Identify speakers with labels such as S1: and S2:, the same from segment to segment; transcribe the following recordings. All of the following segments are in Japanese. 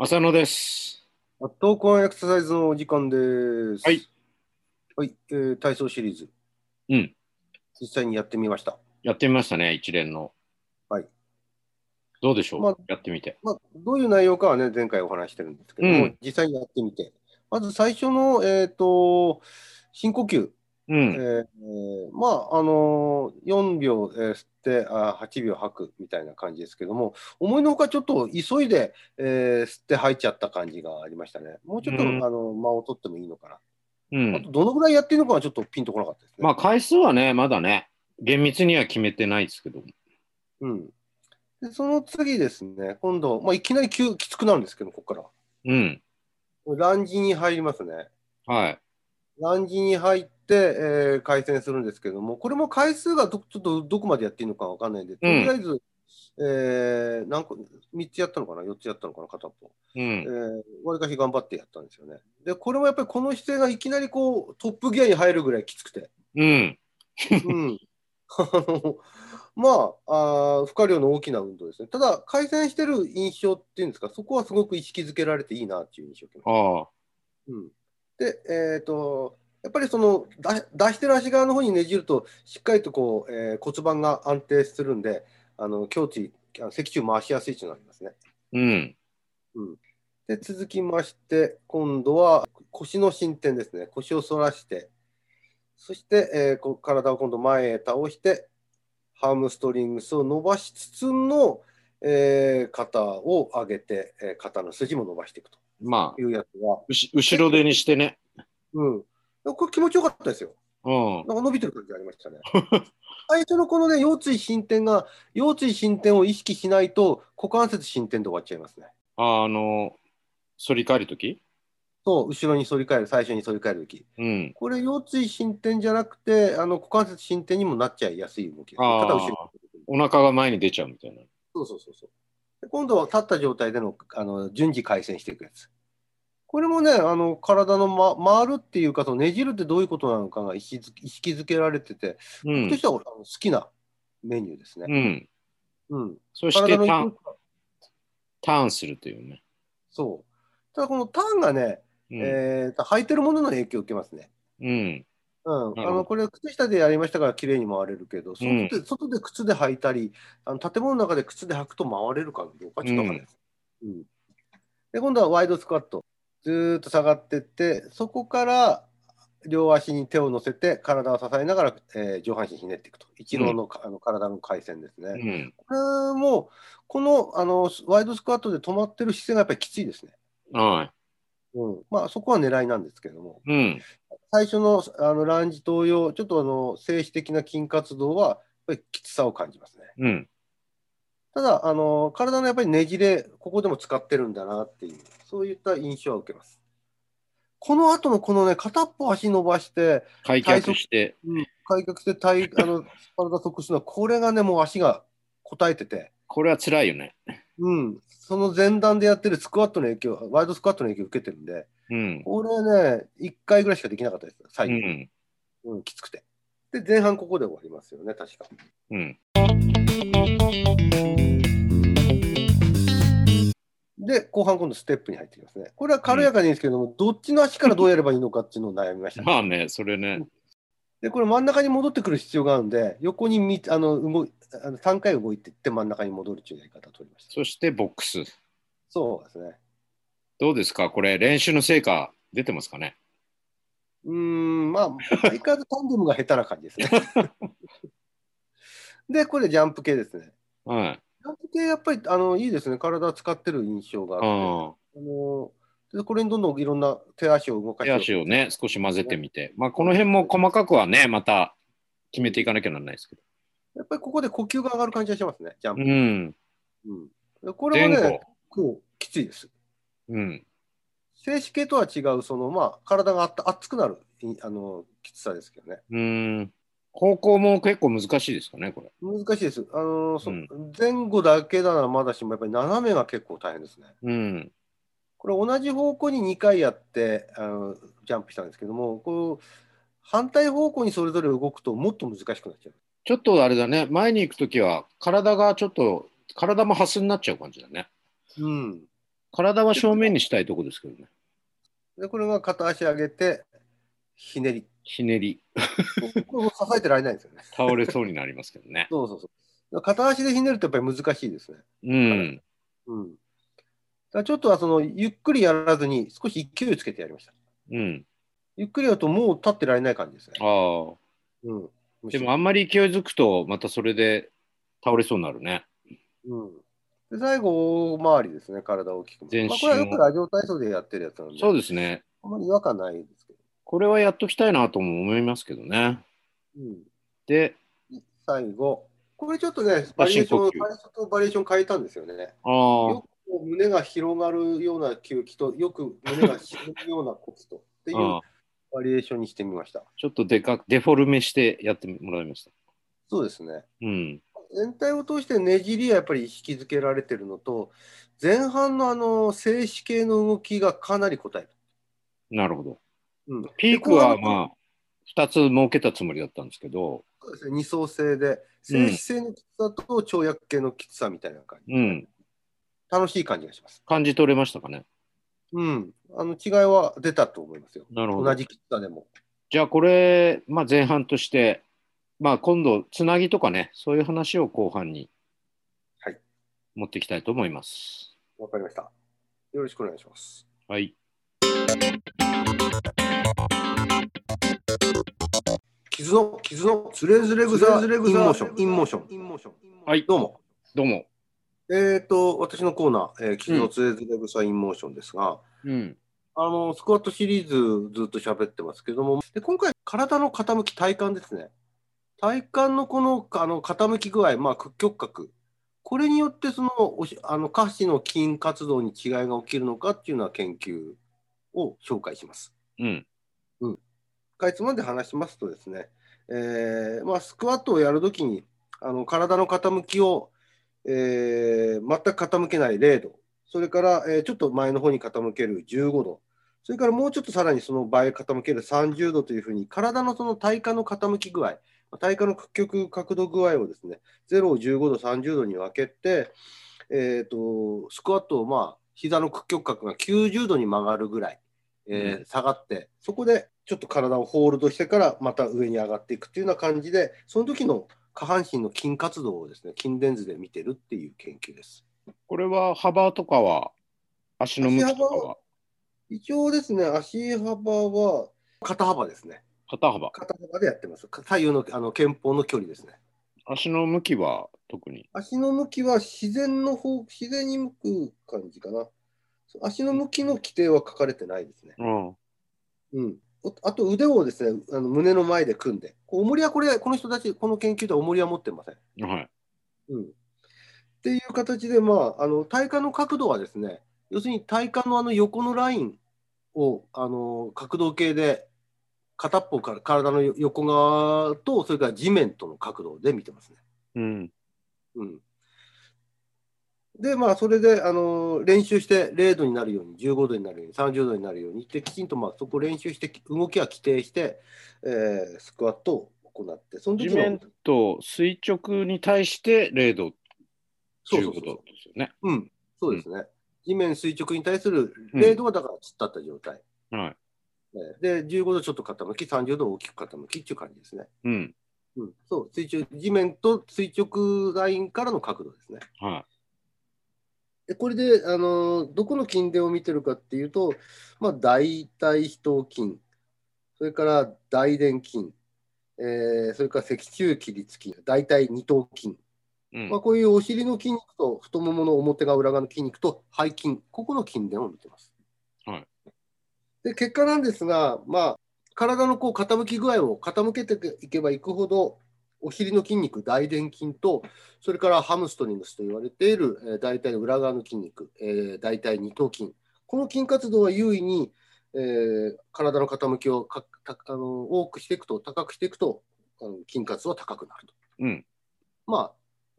S1: 浅野です。
S2: 納豆コンエクササイズのお時間です。
S1: はい。
S2: はい、えー体操シリーズ。
S1: うん。
S2: 実際にやってみました。
S1: やってみましたね、一連の。
S2: はい。
S1: どうでしょう、
S2: まあ
S1: やってみて。
S2: まあ、どういう内容かはね、前回お話ししてるんですけども、
S1: うん
S2: 実際にやってみて。まず最初の、えっ、と、深呼吸。
S1: う
S2: え
S1: ん。
S2: ーえーまあ、あのー、4秒、えー吸ってあー、8秒吐くみたいな感じですけども、思いのほかちょっと急いで、えー吸って吐いちゃった感じがありましたね。もうちょっと、
S1: うん
S2: あの、間を取ってもいいのかな。
S1: う
S2: あ
S1: ん
S2: と、。どのぐらいやってるのかはちょっとピンとこなかったですね。
S1: まあ、回数はね、まだね、厳密には決めてないですけど。
S2: うん。で、その次ですね、今度、まあ、いきなり急きつくなるんですけど、ここか
S1: うん。
S2: ら。ランジに入りますね。
S1: はい。
S2: ランジに入って、えー回転するんですけども、これも回数がどちょっとどこまでやっていいのかわかんないんで、とりあえず、えー何個、3つやったのかな、4つやったのかな、片っぽ。
S1: う
S2: え
S1: ん。
S2: ーわりかし頑張ってやったんですよね。で、これもやっぱりこの姿勢がいきなりこう、トップギアに入るぐらいきつくて。
S1: うん。
S2: うん、あのまああー負荷量の大きな運動ですね。ただ、改善してる印象っていうんですか、そこはすごく意識づけられていいなっていう印象を受けま
S1: ああ。
S2: す。うん、で、えっ、と、やっぱりそのだ出してる足側の方にねじると、しっかりとこう、えー骨盤が安定するんで、あの胸椎、あの脊柱回しやすいというのがありますね。
S1: うん。
S2: で、続きまして、今度は腰の伸展ですね。腰を反らして、そして、えーこ体を今度前へ倒して、ハムストリングスを伸ばしつつの、えー肩を上げて、えー肩の筋も伸ばしていくと
S1: まあ、
S2: いうやつが、
S1: うし後ろ手にしてね。
S2: うん。これ気持ちよかったですよ。
S1: うん。
S2: なんか伸びてる感じがありましたね。最初のこのね、腰椎伸展が、腰椎伸展を意識しないと、股関節伸展で終わっちゃいますね。
S1: あの、反り返るとき
S2: そう、後ろに反り返る、最初に反り返るとき。
S1: うん。
S2: これ、腰椎伸展じゃなくて、あの股関節伸展にもなっちゃいやすい動きです、
S1: あー
S2: ただ後ろに
S1: お腹が前に出ちゃうみたいな。
S2: そうそうそうそうで今度は立った状態でのあの順次回旋していくやつ。これもね、あの体の、ま、回るっていうか、そのねじるってどういうことなのかが意識づ意識づけられてて、
S1: う
S2: 私
S1: ん。
S2: はあの好きなメニューです
S1: う
S2: ね。
S1: ん。
S2: うん、
S1: そして
S2: 体
S1: ター
S2: の
S1: ン、ターンするというね。
S2: そう。ただこのターンがね、
S1: うん。
S2: えーと履いてるものの影響を受けますね。
S1: うん。
S2: うん、
S1: な
S2: あ
S1: るほど
S2: のこれ、靴下でやりましたから、綺麗に回れるけど、外で,、外で靴で履いたり、あの建物の中で靴で履くと回れるかどうか、ちょっとわかんないです、うんで、今度はワイドスクワット。ずーっと下がってって、そこから両足に手を乗せて、体を支えながら、えー上半身ひねっていくと。一郎の,、あの体の回旋ですね。
S1: うん。
S2: これも、このあのワイドスクワットで止まってる姿勢がやっぱりきついですね。
S1: は
S2: うん、まあそこは狙いなんですけれども。
S1: い。うん。
S2: 最初のあのランジ同様、ちょっとあの静止的な筋活動は、やっぱりきつさを感じますね。
S1: うん。
S2: ただ、あの体のやっぱりねじれ、ここでも使ってるんだなっていう、そういった印象は受けます。この後のこのね、片っぽ足伸ばして、
S1: 開脚して、
S2: 開脚して 体あの体側するのは、これがね、もう足が応えてて、
S1: これは辛いよね。
S2: うん、その前段でやってるスクワットの影響、ワイドスクワットの影響を受けてるんで、
S1: うん。
S2: これね、1回ぐらいしかできなかったです、
S1: う
S2: 最後。
S1: ん。
S2: うん、きつくて。で、前半ここで終わりますよね、確か。
S1: うん。
S2: で、後半今度ステップに入ってきますね。これは軽やかでいいんですけども、どっちの足からどうやればいいのかっていうのを悩みました。
S1: まあね、それね。
S2: で、これ真ん中に戻ってくる必要があるんで、横にみあの動いあの3回動いていって真ん中に戻るというやり方を取りました。
S1: そしてボックス。
S2: そうですね。
S1: どうですかこれ、練習の成果出てますかね
S2: うーん、まあ、相変わらずタンデムが下手な感じですね。で、これジャンプ系ですね。
S1: はい。
S2: ジャンプ系やっぱりあのいいですね。体を使ってる印象があって。
S1: うん。
S2: あのでこれにどんどんいろんな手足を動かして
S1: 手足をね、少し混ぜてみて。まあ、この辺も細かくはね、また決めていかなきゃならないですけど。
S2: やっぱりここで呼吸が上がる感じがしますね、ジャン
S1: う
S2: プ。
S1: ん。
S2: うんでこれ
S1: 前
S2: もね
S1: 後、。
S2: こうきついです。
S1: うん。
S2: 静止系とは違う、そのまあ、体があった熱くなるいあのきつさですけどね。
S1: うん。方向も結構難しいですかね、これ。
S2: 難しいです。あのそ
S1: うん
S2: 前後だけならまだしも、やっぱり斜めが結構大変ですね。
S1: うん。
S2: これ、同じ方向に2回やってあのジャンプしたんですけども、こう反対方向にそれぞれ動くと、もっと難しくなっちゃう。
S1: ちょっとあれだね、前に行くときは、体がちょっと、体もハスになっちゃう感じだね。
S2: うん、
S1: 体は正面にしたいとこですけどね。
S2: で、これが片足上げて、ひねり。
S1: ひねり。
S2: これも支えてられないんですよね。。
S1: 倒れそうになりますけどね
S2: そうそうそう。片足でひねるとやっぱり難しいですね。
S1: うん。
S2: うん。だからちょっとはその、ゆっくりやらずに、少し勢いつけてやりました。
S1: うん。
S2: ゆっくりやるともう立ってられない感じですね。
S1: あ
S2: うん。
S1: あ。でもあんまり勢いづくと、またそれで倒れそうになるね。
S2: うん。で最後、大回りですね、体を大きく。
S1: 全身を
S2: まあ、これはよくラジオ体操でやってるやつなんで、
S1: そうですね。
S2: あんまり違和感ないですけど。
S1: これはやっときたいなとも思いますけどね。
S2: うん。
S1: で、
S2: 最後、これちょっとね、
S1: あ
S2: バリエー
S1: 深
S2: ショ
S1: 呼
S2: ン、
S1: 吸
S2: 最初とバリエーション変えたんですよね。
S1: ああ。
S2: よくこう胸が広がるような吸気と、よく胸が沈むような呼吸と、っていう
S1: ああ
S2: バリエーションにしてみました。
S1: ちょっとでかく、デフォルメしてやってもらいました。
S2: そうですね。
S1: うん。
S2: 全体を通してねじりはやっぱり引き付けられてるのと、前半のあの静止系の動きがかなり答える。
S1: なるほど。
S2: うん、
S1: ピークは
S2: で後半の
S1: まあ、2つ設けたつもりだったんですけど、
S2: そうですね、二層性で、静止性のきつさと跳躍系のきつさみたいな感じ、
S1: うん。
S2: 楽しい感じがします。
S1: 感じ取れましたかね。
S2: うん、あの違いは出たと思いますよ。
S1: なるほど
S2: 同。じきつさでも。
S1: じゃあこれ、まあ、前半として、まあ、今度つなぎとかねそういう話を後半に
S2: はい
S1: 持っていきたいと思います。
S2: わかりました。よろしくお願いします。
S1: はい、
S2: 傷の、傷の、ズレズレ草、ズレインモーション、インモーション、インモーション。
S1: はい
S2: どうも。
S1: どうも。
S2: えっ、と、私のコーナー、えー、傷のズレズレ草、インモーションですが、
S1: うん、
S2: あの、スクワットシリーズずっと喋ってますけども、で今回、体の傾き、体幹ですね。体幹のこのあの傾き具合、まあ、屈曲角。これによって、その、おしあの、下肢の筋活動に違いが起きるのかっていうのは研究を紹介します。
S1: うん、
S2: かいつまんで話しますとですね、えーまあ、スクワットをやるときにあの体の傾きを、えー全く傾けない0度、それから、えーちょっと前の方に傾ける15度、それからもうちょっとさらにその倍傾ける30度というふうに、体のその体幹の傾き具合、体幹の屈曲角度具合をですね、0を15度、30度に分けて、えー、とスクワットを、まあ、膝の屈曲角が90度に曲がるぐらい、えー
S1: う
S2: 下がって、そこでちょっと体をホールドしてからまた上に上がっていくというような感じで、その時の下半身の筋活動をですね、筋電図で見てるっていう研究です。
S1: これは幅とかは足の向きとかは
S2: 一応ですね、足幅は肩幅ですね。
S1: 肩幅
S2: 肩幅でやってます。左右のあの肩峰の距離ですね。
S1: 足の向きは特に
S2: 足の向きは自然の方、自然に向く感じかな。そう足の向きの規定は書かれてないですね。
S1: うん
S2: うん。おあと腕をですね、あの胸の前で組んで、こう重りはこれ、この人たち、この研究では重りは持ってません。
S1: はい
S2: うん。っていう形で、まあ、あの体幹の角度はですね、要するに体幹のあの横のラインをあの角度計で片っぽから体の横側と、それから地面との角度で見てますね。
S1: うん
S2: うん、で、まあ、それで、あの練習して0度になるように、15度になるように、30度になるようにって、きちんと、まあ、そこを練習して、動きは規定して、えースクワットを行って、その時
S1: 地
S2: の
S1: 面と垂直に対して0度
S2: そうそ
S1: 15
S2: う
S1: 度
S2: そう
S1: ですよね
S2: うん、そうですね。地面垂直に対する0度はだから突っ立った状態。
S1: はい
S2: えーで、15度ちょっと傾き、30度大きく傾きっていう感じですね。
S1: うん
S2: うん、そう、垂直、地面と垂直ラインからの角度ですね。
S1: は
S2: でこれで、あのーどこの筋電を見てるかっていうと、まあ、大腿四頭筋、それから大臀筋、えーそれから脊柱起立筋、大腿二頭筋、
S1: い、うん
S2: まあ、こういうお尻の筋肉と太ももの表側、裏側の筋肉と背筋、ここの筋電を見てます。
S1: はい
S2: で結果なんですが、まあ、体のこう傾き具合を傾けていけばいくほど、お尻の筋肉、大臀筋と、それからハムストリングスと言われている、えー大腿裏側の筋肉、えー大腿二頭筋、この筋活動は優位に、えー体の傾きをかたあの多くしていくと、高くしていくと、あの筋活動は高くなると。
S1: うん
S2: まあ、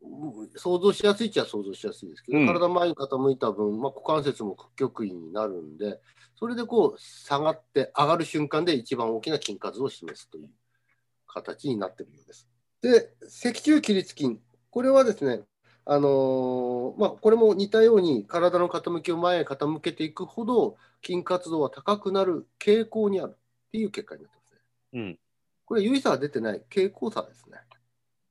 S2: うん想像しやすいっちゃ想像しやすいですけど、
S1: うん
S2: 体前に傾いた分、まあ、股関節も屈曲位になるんで、それでこう下がって上がる瞬間で一番大きな筋活を示すという形になっているようです。で、脊柱起立筋、これはですね、あのーまあ、これも似たように体の傾きを前へ傾けていくほど筋活動は高くなる傾向にあるっていう結果になってますね。
S1: うん。
S2: これ、有意差は出てない傾向差ですね。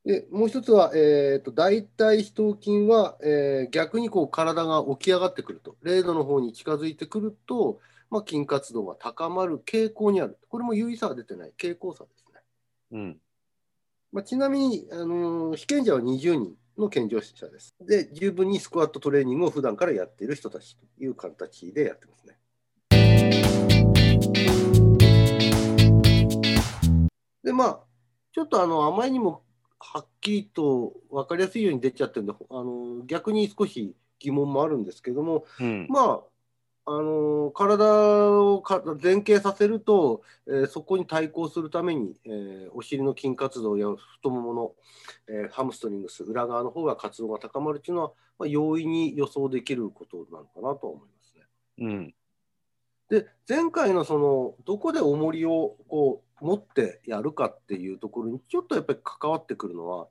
S2: でもう一つは、えー、と大腿四頭筋は、えー逆にこう体が起き上がってくると、0度の方に近づいてくると、まあ、筋活動は高まる傾向にある。これも有意差は出てない傾向差ですね。
S1: うん。
S2: まあ、ちなみに、あのー被験者は20人の健常者です。で、十分にスクワットトレーニングを普段からやっている人たちという形でやってますね。で、まあ、ちょっとあの、あまりにもはっきりと分かりやすいように出ちゃってるんで、あのー逆に少し疑問もあるんですけども、
S1: うん。
S2: まあ、あのー体をか前傾させると、えーそこに対抗するために、えーお尻の筋活動や太ももの、えーハムストリングス裏側の方が活動が高まるというのは、まあ、容易に予想できることなのかなとは思いますね。
S1: うん。
S2: で前回のそのどこで重りをこう持ってやるかっていうところにちょっとやっぱり関わってくるのは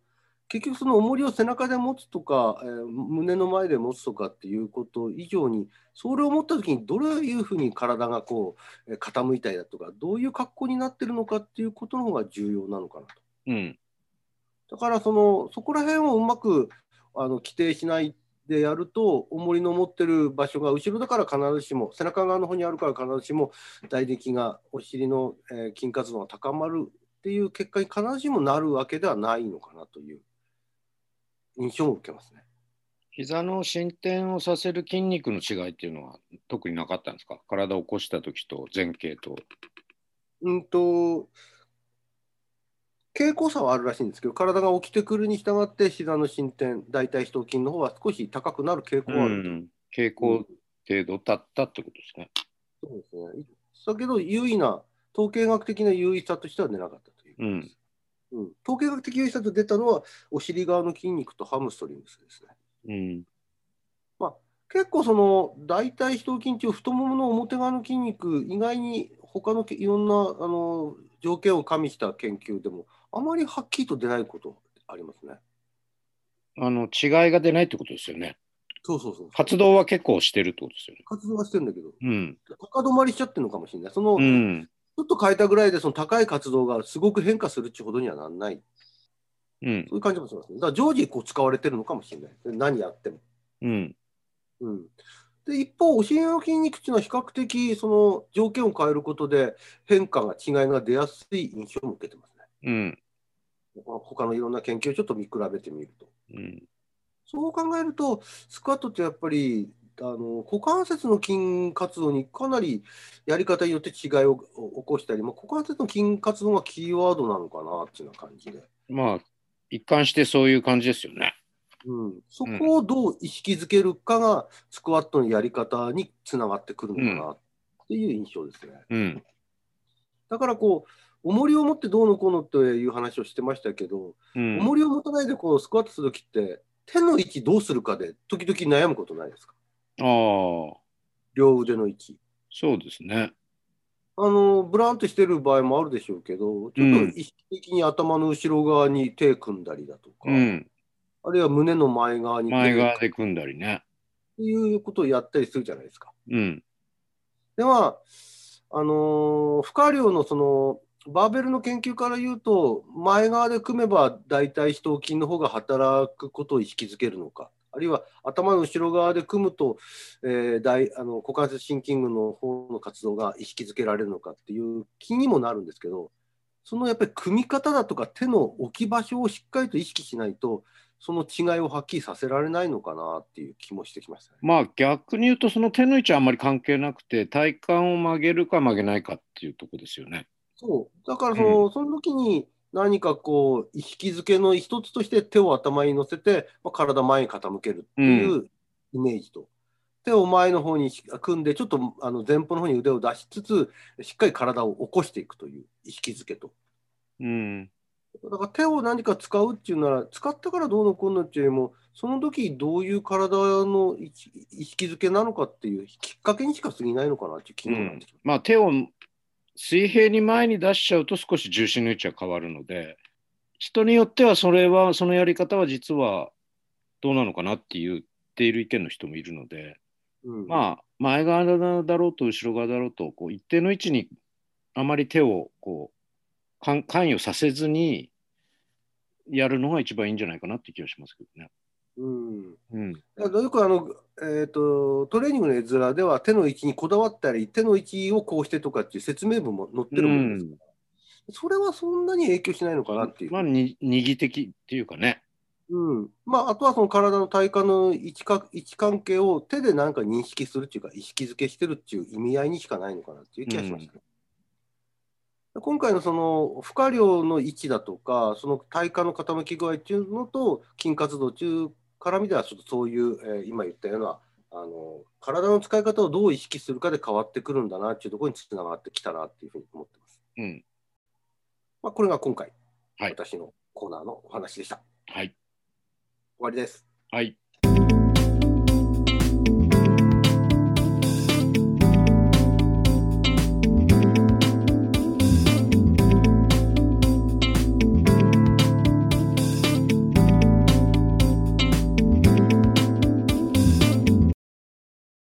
S2: 結局その重りを背中で持つとか、えー胸の前で持つとかっていうこと以上にそれを持った時にどういうふうに体がこうえー傾いたりだとかどういう格好になってるのかっていうことの方が重要なのかなと。
S1: うん。
S2: だからそのそこら辺をうまくあの規定しないでやると重りの持ってる場所が後ろだから必ずしも背中側の方にあるから必ずしも大力がお尻の、えー筋活動が高まるっていう結果に必ずしもなるわけではないのかなという印象を受けますね。
S1: 膝の伸展をさせる筋肉の違いっていうのは特になかったんですか体を起こした時と前傾と。
S2: うんと傾向差はあるらしいんですけど体が起きてくるに従って膝の伸展大腿四頭筋の方は少し高くなる傾向はあると。
S1: 傾向程度だったってことですね。
S2: そうですね。だけど、優位な、統計学的な優位さとしては出なかったということです。うん統計学的優位さと出たのは、お尻側の筋肉とハムストリングスですね。
S1: うん。
S2: 結構、その大腿四頭筋中、太ももの表側の筋肉、意外に他のけいろんなあの条件を加味した研究でも、あまりはっきりと出ないことありますね。
S1: あの違いが出ないってことですよね。
S2: そうそうそう。
S1: 活動は結構してるってことですよね。
S2: 活動はしてるんだけど、
S1: うん。
S2: 高止まりしちゃってるのかもしれない。その、
S1: うん。
S2: ちょっと変えたぐらいで、その高い活動がすごく変化するっていうほどにはならない。
S1: うん
S2: そ。ういう感じもしますね。だから常時こう使われてるのかもしれない。何やっても。
S1: うん。
S2: うん、で一方、お尻の筋肉っていうのは比較的その条件を変えることで変化が違いが出やすい印象も受けてますね。
S1: うん。
S2: 他のいろんな研究をちょっと見比べてみると。
S1: うん。
S2: そう考えると、スクワットってやっぱりあの股関節の筋活動にかなりやり方によって違いを起こしたり、まあ、股関節の筋活動がキーワードなのかなっていうような感じで。
S1: まあ、一貫してそういう感じですよね。
S2: うん、そこをどう意識づけるかが、スクワットのやり方につながってくるのかなっていう印象ですね。
S1: うん。
S2: だからこう、重りを持ってどうのこうのっていう話をしてましたけど、
S1: うん。
S2: 重りを持たないでこうスクワットするときって、手の位置どうするかで、時々悩むことないですか、
S1: ああ、
S2: 両腕の位置。
S1: そうですね。
S2: あのブランとしてる場合もあるでしょうけど、ちょっと意識的に頭の後ろ側に手組んだりだとか、
S1: うん。
S2: あるいは胸の前側に手
S1: 前
S2: 組むっ
S1: 側で組んだりね。
S2: ていうことをやったりするじゃないですか。
S1: うん。
S2: では、あのー負荷量のそのバーベルの研究から言うと、前側で組めば大体四頭筋の方が働くことを意識づけるのか、あるいは頭の後ろ側で組むと、えー大あの股関節心筋群の方の活動が意識づけられるのかっていう気にもなるんですけど、そのやっぱり組み方だとか手の置き場所をしっかりと意識しないと、その違いをはっきりさせられないのかなっていう気もしてきましたね。
S1: まあ逆に言うと、その手の位置はあんまり関係なくて、体幹を曲げるか曲げないかっていうとこですよね。
S2: そう。だからその、その時に何かこう、意識づけの一つとして手を頭に乗せて、まあ、体前に傾けるっていうイメージと。手を前の方にし組んで、ちょっとあの前方の方に腕を出しつつ、しっかり体を起こしていくという意識づけと。
S1: うん。
S2: だから手を何か使うっていうなら、使ったからどうのこうのっていうよりも、その時どういう体の意識意識づけなのかっていうきっかけにしか過ぎないのかなっていう気
S1: う
S2: にもなって
S1: ん
S2: きま、
S1: まあ手を水平に前に出しちゃうと少し重心の位置は変わるので、人によってはそれは、そのやり方は実はどうなのかなって言っている意見の人もいるので、
S2: うん、
S1: まあ、前側だろうと後ろ側だろうとこう一定の位置にあまり手をこう関関与させずにやるのが一番いいんじゃないかなって気がしますけどね。
S2: うん、
S1: うん、
S2: だからよくあの、えー、とトレーニングの絵面では手の位置にこだわったり手の位置をこうしてとかっていう説明文も載ってるもんです、それはそんなに影響しないのかなっていう、
S1: まあに右的っていうかね。
S2: うんまあ、あとはその体の体幹の位置か位置関係を手でなんか認識するっていうか意識づけしてるっていう意味合いにしかないのかなっていう気がしましたね、今回のその負荷量の位置だとかその体幹の傾き具合っていうのと筋活動っていう絡みではちょっとそういう、えー今言ったようなあの体の使い方をどう意識するかで変わってくるんだなっていうところにつながってきたなっていうふうに思ってます。
S1: うん、
S2: まあ、これが今回、
S1: はい
S2: 私のコーナーのお話でした。終
S1: はい、
S2: わりです。
S1: はい